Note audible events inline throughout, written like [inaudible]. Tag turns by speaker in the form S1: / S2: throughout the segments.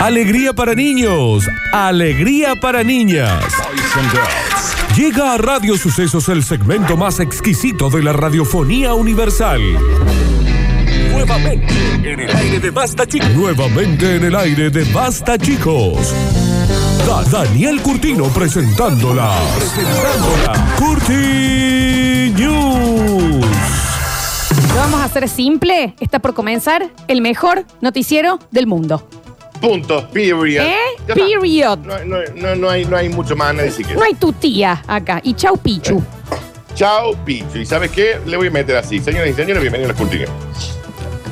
S1: Alegría para niños, alegría para niñas. Llega a Radio Sucesos el segmento más exquisito de la radiofonía universal. Nuevamente en el aire de Basta Chicos. Nuevamente en el aire de Basta Chicos. Da- Daniel Curtino presentándola. Presentándola. Curti News.
S2: Lo vamos a hacer simple. Está por comenzar el mejor noticiero del mundo.
S3: Punto, period.
S2: ¿Eh?
S3: Ya está.
S2: Period.
S3: No, no, no, no hay, no hay mucho más nada decir que eso.
S2: No hay tu tía acá. Y chau, Pichu.
S3: Eh. Chao, Pichu. ¿Y sabes qué? Le voy a meter así. Señoras y señores, bienvenidos a las cortinas.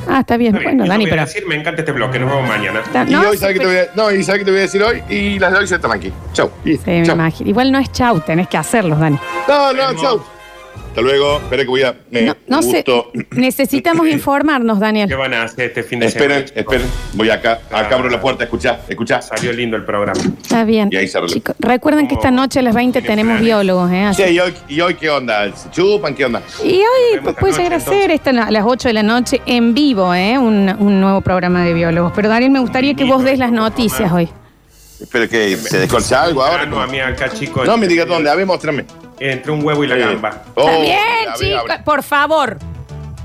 S2: Ah, está bien.
S4: Está bien,
S2: Bueno,
S4: yo
S2: Dani,
S4: voy a
S2: pero.
S4: decir, me encanta este bloque, nos vemos mañana.
S2: está-
S3: Y
S2: no,
S3: hoy,
S2: sí,
S3: ¿sabes qué te
S2: pero-
S3: voy a, no, y ¿sabes qué te voy a decir hoy? Y las de hoy ya están aquí. Chao. Y-
S2: Sí, me
S3: chao.
S2: imagino. Igual no es chau, tenés que hacerlos, Dani.
S3: No, no, chao. Hasta luego. Espera que voy a. Me
S2: No, no sé.
S3: Eh, gusto. [clears throat]
S2: Necesitamos informarnos,
S4: ¿Qué
S2: Daniel.
S4: van a hacer este fin de semana?
S3: Esperen, esperen. Voy acá. Acá abro la puerta. Escuchá, escuchá.
S4: Salió lindo el programa.
S2: Está bien.
S3: Y ahí se arregla.
S2: Chicos, recuerden que esta noche a las 20
S4: Tiene
S2: tenemos
S4: planes.
S2: biólogos, ¿eh? Así-
S3: Che, ¿y hoy, ¿y hoy qué onda? ¿Se chupan? ¿Qué onda?
S2: Y hoy
S4: vemos
S2: puede
S4: esta
S2: llegar a
S4: noche,
S2: ser esta, a las 8 de la noche en vivo, ¿eh? Un, un nuevo programa de biólogos. Pero Daniel, me gustaría que vos des las noticias hoy.
S3: Espero que se descolcha algo ahora.
S4: Ah, no, a mí acá, chicos.
S3: No me digas dónde. A ver, mostrame.
S4: Entre un huevo y la gamba.
S3: Oh,
S2: Está bien,
S3: a ver,
S2: chicos,
S3: abre.
S2: por favor.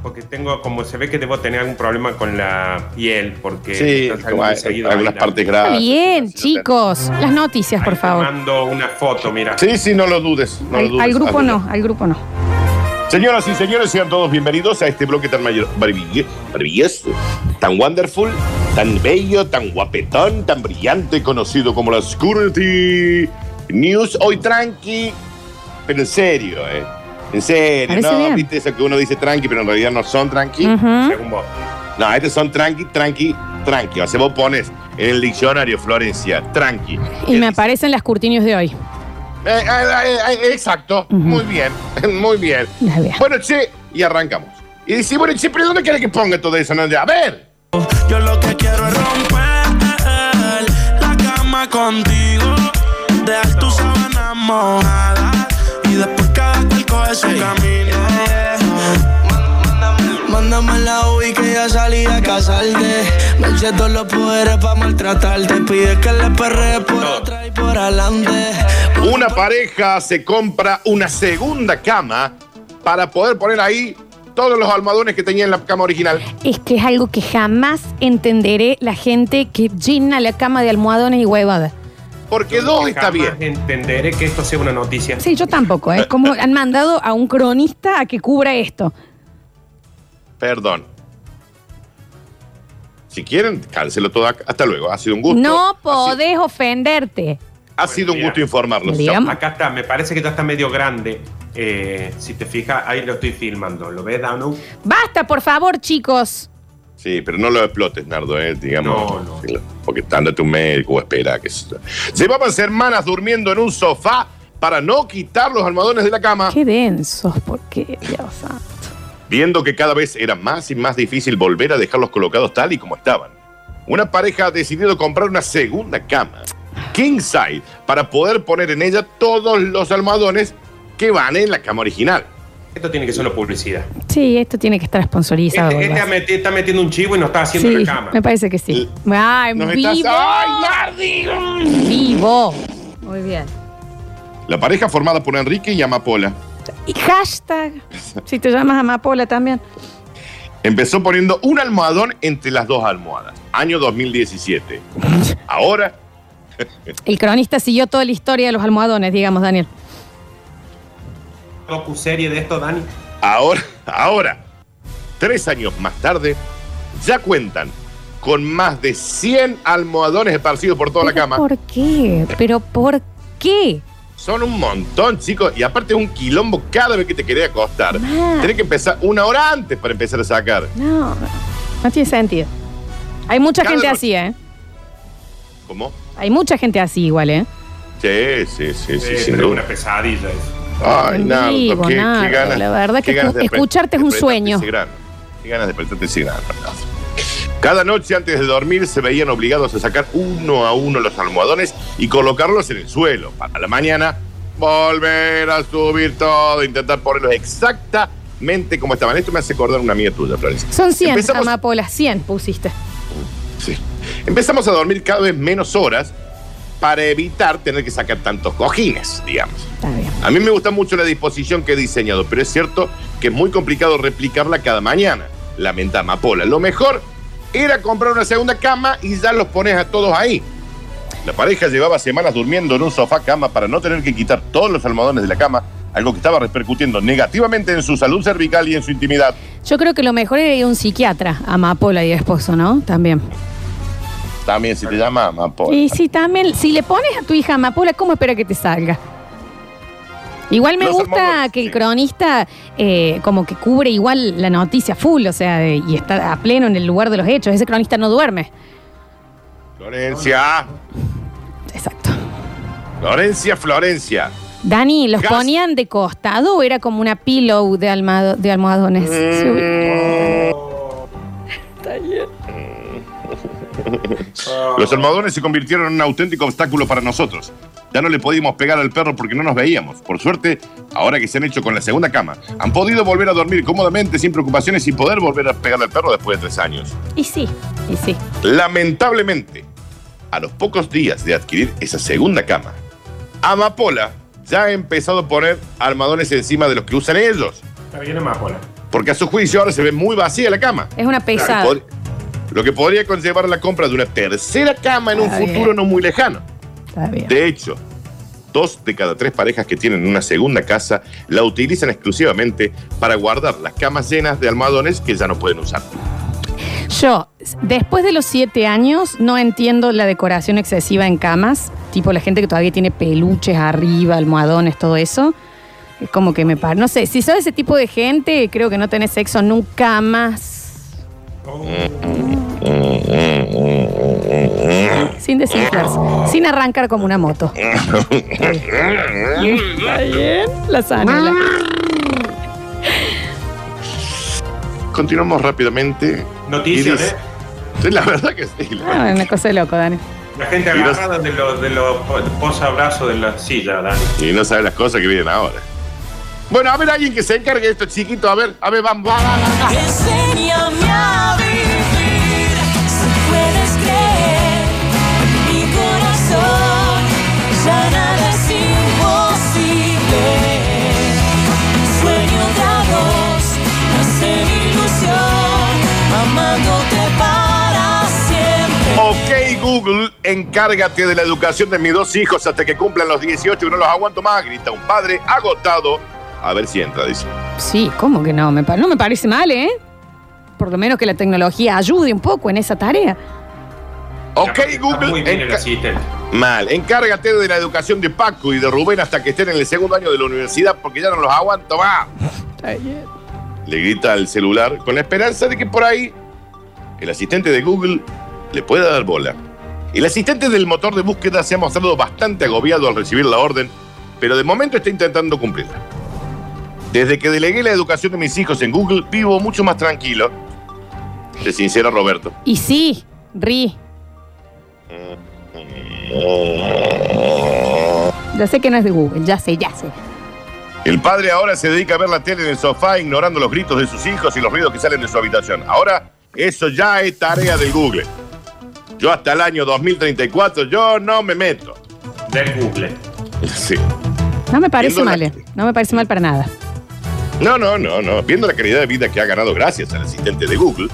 S4: Porque tengo, como se ve que debo tener algún problema con la piel, porque
S3: Sí,
S4: entonces
S3: como
S4: muy
S3: hay-
S4: seguido
S3: algunas
S4: ahí la-
S3: partes
S2: Está
S3: graves.
S2: bien,
S3: Sí, sí,
S2: chicos. Las noticias,
S4: ahí
S2: por
S4: te
S2: favor.
S4: mando una foto, mira.
S3: Sí, sí, no lo dudes. No lo
S2: Al,
S3: dudes.
S2: al grupo
S3: Hazlo.
S2: no, al grupo no.
S3: Señoras y señores, sean todos bienvenidos a este bloque tan mayor- barbill- maravilloso, tan wonderful, tan bello, tan guapetón, tan brillante, conocido como la Security News. Hoy tranqui, pero en serio, ¿eh? En serio,
S2: Parece
S3: ¿no?
S2: bien.
S3: ¿Viste eso que uno dice tranqui, pero en realidad no son tranqui?
S2: Ujú.
S4: Según vos.
S3: No, estos son tranqui, tranqui, tranqui. O sea, vos pones en el diccionario Florencia, tranqui.
S2: Y me
S3: dice?
S2: aparecen las curtinios de hoy.
S3: Eh, eh, eh, eh, exacto,
S2: Ujú.
S3: muy bien, [laughs] muy bien.
S2: Las veo.
S3: Bueno, che, y arrancamos. Y dice, bueno, che, pero ¿dónde quiere que ponga todo eso? No, a ver.
S5: Yo lo que quiero es romper la cama contigo, dejar tus sábanas mojadas y después cada cual coge su camino. Mándame la UI que ya salí a casarte. Me eché todos los poderes para maltratarte. Pide que le perre por atrás y por adelante.
S3: Una pareja se compra una segunda cama para poder poner ahí todos los almohadones que tenía en la cama original.
S2: Es que es algo que jamás entenderé la gente que llena la cama de almohadones y huevadas.
S3: Porque dos está
S4: Jamás
S3: bien.
S4: entenderé que esto sea una noticia.
S2: Sí, yo tampoco, ¿eh? Como han mandado a un cronista a que cubra esto.
S3: Perdón. Si quieren, cáncelo todo acá. Hasta luego. Ha sido un gusto.
S2: No
S3: Ha sido-
S2: podés ofenderte.
S3: Ha sido un gusto informarlos.
S2: Buen día.
S3: Chao.
S4: Acá está, me parece que ya está medio grande. Eh, si te fijas, ahí lo estoy filmando. ¿Lo ves, Danu?
S2: Basta, por favor, chicos.
S3: Sí, pero no lo explotes, Nardo, ¿eh? digamos.
S4: No,
S3: Porque tándate un médico o espera. Que... Llevaban hermanas durmiendo en un sofá para no quitar los almohadones de la cama.
S2: Qué densos, porque Dios santo.
S3: viendo que cada vez era más y más difícil volver a dejarlos colocados tal y como estaban. Una pareja ha decidido comprar una segunda cama, king size, para poder poner en ella todos los almohadones que van en la cama original.
S4: Esto tiene que ser una publicidad.
S2: Sí, esto tiene que estar sponsorizado.
S4: Este, este
S2: ¿verdad?
S4: ha meti- está metiendo un chivo y no está haciendo
S2: Sí,
S4: la cama.
S2: me parece que sí. ¡Ay, en
S3: Nos
S2: vivo!
S3: estás- ¡Ay, Nardi!
S2: En vivo! Muy bien.
S3: La pareja formada por Enrique y Amapola
S2: Y hashtag, si te llamas Amapola también.
S3: empezó poniendo un almohadón entre las dos almohadas. Año 2017. Ahora
S2: El cronista siguió toda la historia de los almohadones, digamos, Daniel.
S4: serie de esto, Dani.
S3: Ahora, ahora, tres años más tarde, ya cuentan con más de 100 almohadones esparcidos por toda la
S2: ¿Pero
S3: cama.
S2: ¿Por qué? ¿Pero por qué?
S3: Son un montón, chicos. Y aparte es un quilombo cada vez que te querés acostar.
S2: Mal.
S3: Tenés que empezar una hora antes para empezar a sacar.
S2: No, no, no tiene sentido. Hay mucha
S3: Cada
S2: gente
S3: noche.
S2: así, ¿eh?
S3: ¿Cómo?
S2: Hay mucha gente así igual, ¿eh?
S3: Sí, sí, sí, sí,
S4: Eh,
S3: sin
S4: pero
S3: duda.
S4: una pesadilla. eso.
S3: Ay,
S2: En
S3: Nardo,
S2: vivo,
S3: qué, qué
S2: Nardo,
S3: ganas.
S2: la verdad
S3: qué
S2: que
S3: ganas
S2: escu-
S3: de apre-
S2: escucharte es un
S3: de apretarte
S2: sueño.
S3: ese grano. Qué ganas de apretarte ese grano, Nardo. Cada noche antes de dormir se veían obligados a sacar uno a uno los almohadones y colocarlos en el suelo. Para la mañana, volver a subir todo, intentar ponerlos exactamente como estaban. Esto me hace acordar una amiga tuya, Florencia.
S2: Son 100,
S3: Empezamos-
S2: Amapola, 100 pusiste.
S3: Sí. Empezamos a dormir cada vez menos horas para evitar tener que sacar tantos cojines, digamos.
S2: Está bien.
S3: A mí me gusta mucho la disposición que he diseñado, pero es cierto que es muy complicado replicarla cada mañana. Lamenta Amapola. Lo mejor era comprar una segunda cama y ya los pones a todos ahí. La pareja llevaba semanas durmiendo en un sofá cama para no tener que quitar todos los almohadones de la cama, algo que estaba repercutiendo negativamente en su salud cervical y en su intimidad.
S2: Yo creo que lo mejor era ir a un psiquiatra, a Amapola y a esposo, ¿no? También.
S3: También se te llama Amapola.
S2: Y si también, si le pones a tu hija Amapola, ¿cómo espera que te salga? Igual me
S3: Los
S2: gusta
S3: hermanos-
S2: que el
S3: sí.
S2: cronista eh, como que cubre igual la noticia full, o sea, de- y está a pleno en el lugar de los hechos. Ese cronista no duerme.
S3: Florencia,
S2: Exacto.
S3: Florencia, Florencia.
S2: Dani, ¿los
S3: Gas.
S2: ponían de costado o era como una pillow de, almado- de almohadones? Se ubi-
S3: Mm. Los almohadones se convirtieron en un auténtico obstáculo para nosotros. Ya no le podíamos pegar al perro porque no nos veíamos. Por suerte, ahora que se han hecho con la segunda cama, han podido volver a dormir cómodamente, sin preocupaciones y poder volver a pegar al perro después de tres años.
S2: Y sí, y sí.
S3: Lamentablemente, a los pocos días de adquirir esa segunda cama, Amapola ya ha empezado a poner almohadones encima de los que usan ellos,
S4: Está bien, Amapola.
S3: porque a su juicio ahora se ve muy vacía la cama.
S2: Es una pesada.
S3: Pod- Lo que podría conllevar la compra de una tercera cama en un
S2: Está bien.
S3: futuro no muy lejano.
S2: Está bien.
S3: De hecho, dos de cada tres parejas que tienen una segunda casa la utilizan exclusivamente para guardar las camas llenas de almohadones que ya no pueden usar.
S2: Yo, s- después de los siete años, no entiendo la decoración excesiva en camas. Tipo la gente que todavía tiene peluches arriba, almohadones, todo eso. Es como que me par. No sé, si sos ese tipo de gente, creo que no tenés sexo nunca más. Sin desinflarse, sin arrancar como una moto. Eh. Está bien, la sanela.
S3: Continuamos rápidamente. Y
S4: Noticias,
S3: dice-
S4: ¿eh?
S3: Sí, La verdad que sí. la
S2: Ah,
S3: verdad.
S2: una cosa de loco, Dani.
S4: La gente
S3: Y los-
S4: agarrada de los, de los po- posabrazos de la silla, Dani.
S3: Y no sabe las cosas que vienen ahora. Bueno, a ver, alguien que se encargue de esto, chiquito. A ver, a ver, vamos. va, va, va.
S6: Enséñame a vivir, si puedes creer, mi corazón ya nada es imposible. Sueño de voz, nace mi ilusión, amándote para siempre.
S3: Ok, Google, encárgate de la educación de mis dos hijos hasta que cumplan los 18 y no los aguanto más, grita un padre agotado. A ver si entra, dice.
S2: Sí, ¿cómo que no? Me pa- no me parece mal, ¿eh? Por lo menos que la tecnología ayude un poco en esa tarea.
S3: Ok,
S4: Está Muy
S3: Google,
S4: bien el
S3: enca-
S4: asistente.
S3: Mal. Encárgate de la educación de Paco y de Rubén hasta que estén en el segundo año de la universidad porque ya no los aguanto más. Le grita al celular con la esperanza de que por ahí el asistente de Google le pueda dar bola. El asistente del motor de búsqueda se ha mostrado bastante agobiado al recibir la orden, pero de momento está intentando cumplirla. Desde que delegué la educación de mis hijos en Google, vivo mucho más tranquilo. Se sincera Roberto.
S2: Y sí, Ri. Ya sé que no es de Google, ya sé, ya sé.
S3: El padre ahora se dedica a ver la tele en el sofá ignorando los gritos de sus hijos y los ruidos que salen de su habitación. Ahora, eso ya es tarea del Google. Yo hasta el año 2034, yo no me meto. [laughs]
S4: Del Google.
S3: Sí.
S2: No me parece
S3: Viendo la-
S2: mal, ¿eh? No me parece mal para nada.
S3: No, no, no, no. Viendo la calidad de vida que ha ganado gracias al asistente de Google,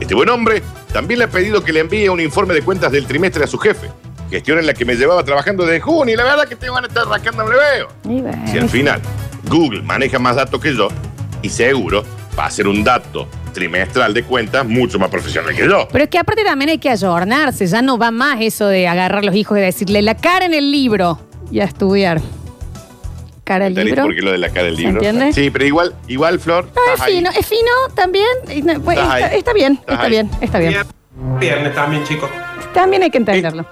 S3: este buen hombre también le ha pedido que le envíe un informe de cuentas del trimestre a su jefe. Gestión en la que me llevaba trabajando desde junio y la verdad que te van a estar rascando el veo.
S2: Y bueno,
S3: Si al final Google maneja más datos que yo, y seguro va a ser un dato trimestral de cuentas mucho más profesional que yo.
S2: Pero es que aparte también hay que ayornarse, ya no va más eso de agarrar los hijos y decirle la cara en el libro y a estudiar. Cara el
S3: ¿Entendés?
S2: libro.
S3: Porque lo de la cara del
S2: ¿Se
S3: libro.
S2: entiende?
S3: Sí, pero igual, igual, Flor.
S2: No, es
S3: estás ahí.
S2: fino, es fino también. y no- bueno,
S3: Estás
S2: está,
S3: ahí.
S2: está bien,
S3: Estás
S2: está
S3: ahí.
S2: bien, está bien. Eh,
S4: Viernes también, chicos.
S2: También hay que entenderlo.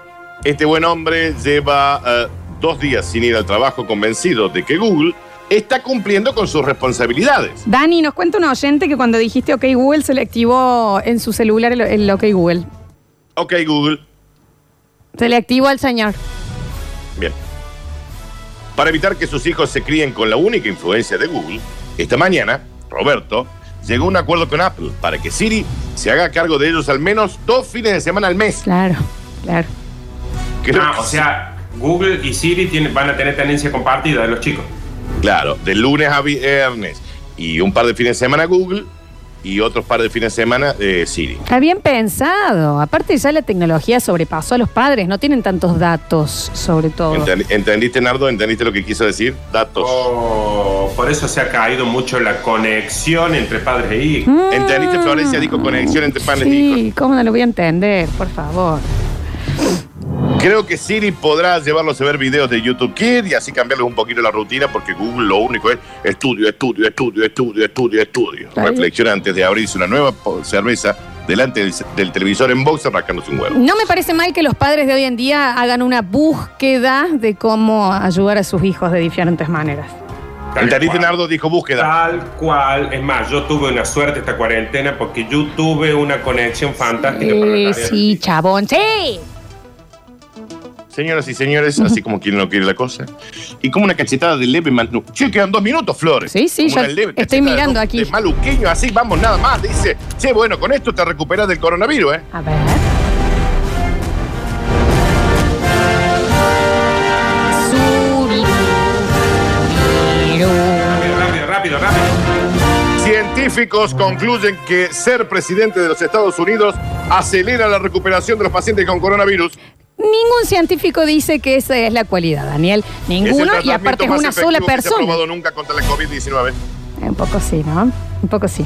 S3: Este buen hombre lleva eh, dos días sin ir al trabajo convencido de que Google está cumpliendo con sus responsabilidades.
S2: Dani, nos cuenta un oyente que cuando dijiste OK Google se le activó en su celular el, el OK Google.
S3: Ok, Google.
S2: Se le activó al señor.
S3: Bien. Para evitar que sus hijos se críen con la única influencia de Google, esta mañana, Roberto llegó a un acuerdo con Apple para que Siri se haga cargo de ellos al menos dos fines de semana al mes.
S2: Claro, claro.
S3: Creo
S4: Ah,
S3: que-
S4: o sea, Google y Siri tienen- van a tener tendencia compartida de los chicos.
S3: Claro, de lunes a viernes. Y un par de fines de semana Google y otros par de fines de semana eh, Siri.
S2: Está bien pensado. Aparte ya la tecnología sobrepasó a los padres, no tienen tantos datos sobre todo.
S3: Enten- ¿Entendiste, Nardo? ¿Entendiste lo que quiso decir? Datos.
S4: Oh, por eso se ha caído mucho la conexión entre padres e hijos.
S3: ¿Entendiste, Florencia? Dijo conexión entre panes y hijos.
S2: Sí, ¿cómo no lo voy a entender? Por favor.
S3: Creo que Siri podrá llevarlos a ver videos de YouTube Kids y así cambiarles un poquito la rutina porque Google lo único es estudio, estudio, estudio, estudio, estudio, estudio.
S2: Está bien.
S3: Reflexiona antes de abrirse una nueva po- cerveza delante del, del televisor en box arrancándose un huevo.
S2: No me parece mal que los padres de hoy en día hagan una búsqueda de cómo ayudar a sus hijos de diferentes maneras.
S4: Tal
S3: ¿Entendiste,
S4: cual. Ah.
S3: Nardo? Dijo búsqueda.
S4: Tal cual. Es más, yo tuve una suerte esta cuarentena porque yo tuve una conexión fantástica para la
S2: Eh,
S4: tarea.
S2: sí, chabón. Sí.
S3: Señoras y señores, así como quien no quiere la cosa. Y como una cachetada de leve man... no, Che, quedan dos minutos, Flores.
S2: Sí, sí,
S3: Como
S2: ya
S3: una leve
S2: estoy
S3: cachetada de
S2: mirando
S3: dos-
S2: aquí.
S3: De maluqueño, así, vamos, nada más. Dice, che, bueno, con esto te recuperas del coronavirus, ¿eh?
S2: A ver. Sururu.
S4: Rápido, rápido, rápido, rápido.
S3: Científicos concluyen que ser presidente de los Estados Unidos acelera la recuperación de los pacientes con coronavirus.
S2: Ningún científico dice que esa es la cualidad, Daniel.
S3: Es el
S2: Ninguno, y
S3: tratamiento
S2: aparte es
S3: más
S2: una
S3: efectivo
S2: sola
S3: que se ha
S2: persona.
S3: probado nunca contra la COVID-19.
S2: Eh, Un poco sí, ¿no? Un poco sí.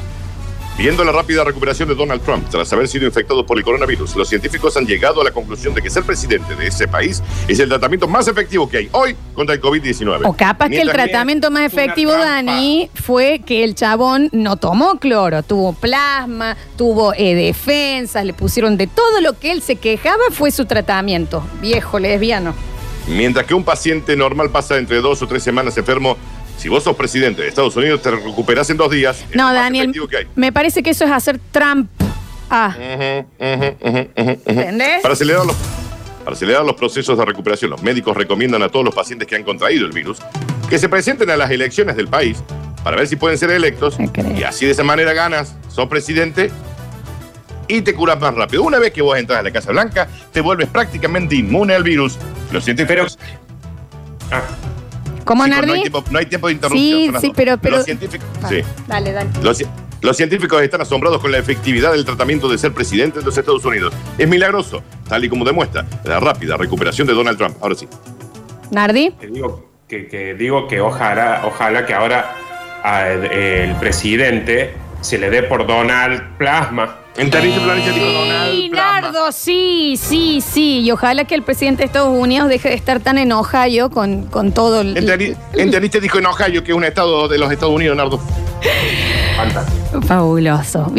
S3: Viendo la rápida recuperación de Donald Trump tras haber sido infectado por el coronavirus, los científicos han llegado a la conclusión de que ser presidente de ese país es el tratamiento más efectivvo que hay hoy contra el COVID-19.
S2: O capaz que el
S3: Mientras
S2: tratamiento más
S4: una
S2: efectivo,
S4: trampa.
S2: Dani, fue que el chabón no tomó cloro, tuvo plasma, tuvo eh, defensas, le pusieron de todo lo que él se quejaba fue su tratamiento. Viejo lesbiano.
S3: Mientras que un paciente normal pasa entre dos o tres semanas enfermo, si vos sos presidente de Estados Unidos te recuperás en dos días. Es lo
S2: No,
S3: más
S2: Daniel,
S3: efectivo que hay. Mm.
S2: me parece que eso es hacer Trump. Ah, ¿entendés?
S3: Para acelerar los, para acelerar los procesos de recuperación, los médicos recomiendan a todos los pacientes que han contraído el virus que se presenten a las elecciones del país para ver si pueden ser electos
S2: Me creo.
S3: y así de esa manera ganas, sos presidente y te curas más rápido. Una vez que vos entras a la Casa Blanca, te vuelves prácticamente inmune al virus. Los científicos...
S4: Ah,
S2: ¿Cómo,
S3: Chicos, no, hay
S2: Nardi?
S3: tiempo, no hay tiempo de interrupción.
S2: Sí,
S3: son las
S2: sí,
S3: dos.
S2: pero- pero-
S3: Los científicos...
S2: Ah,
S3: sí.
S2: Dale, dale.
S3: Los, ci- los científicos están asombrados con la efectividad del tratamiento de ser presidente de los Estados Unidos. Es milagroso, tal y como demuestra la rápida recuperación de Donald Trump. Ahora sí.
S2: ¿Nardi?
S4: que digo que, que digo que ojalá, ojalá que ahora a- el presidente se le dé por donar plasma.
S3: Entendiste, Florencia, dijo
S2: Sí,
S3: Donald Trump.
S2: Nardo, sí, sí, sí. Y ojalá que el presidente de Estados Unidos deje de estar tan enojado con, con todo el.
S3: Entendí- Entendiste, dijo en Ohio, que es un estado de los Estados Unidos, Nardo.
S4: Fantástico.
S2: Fabuloso.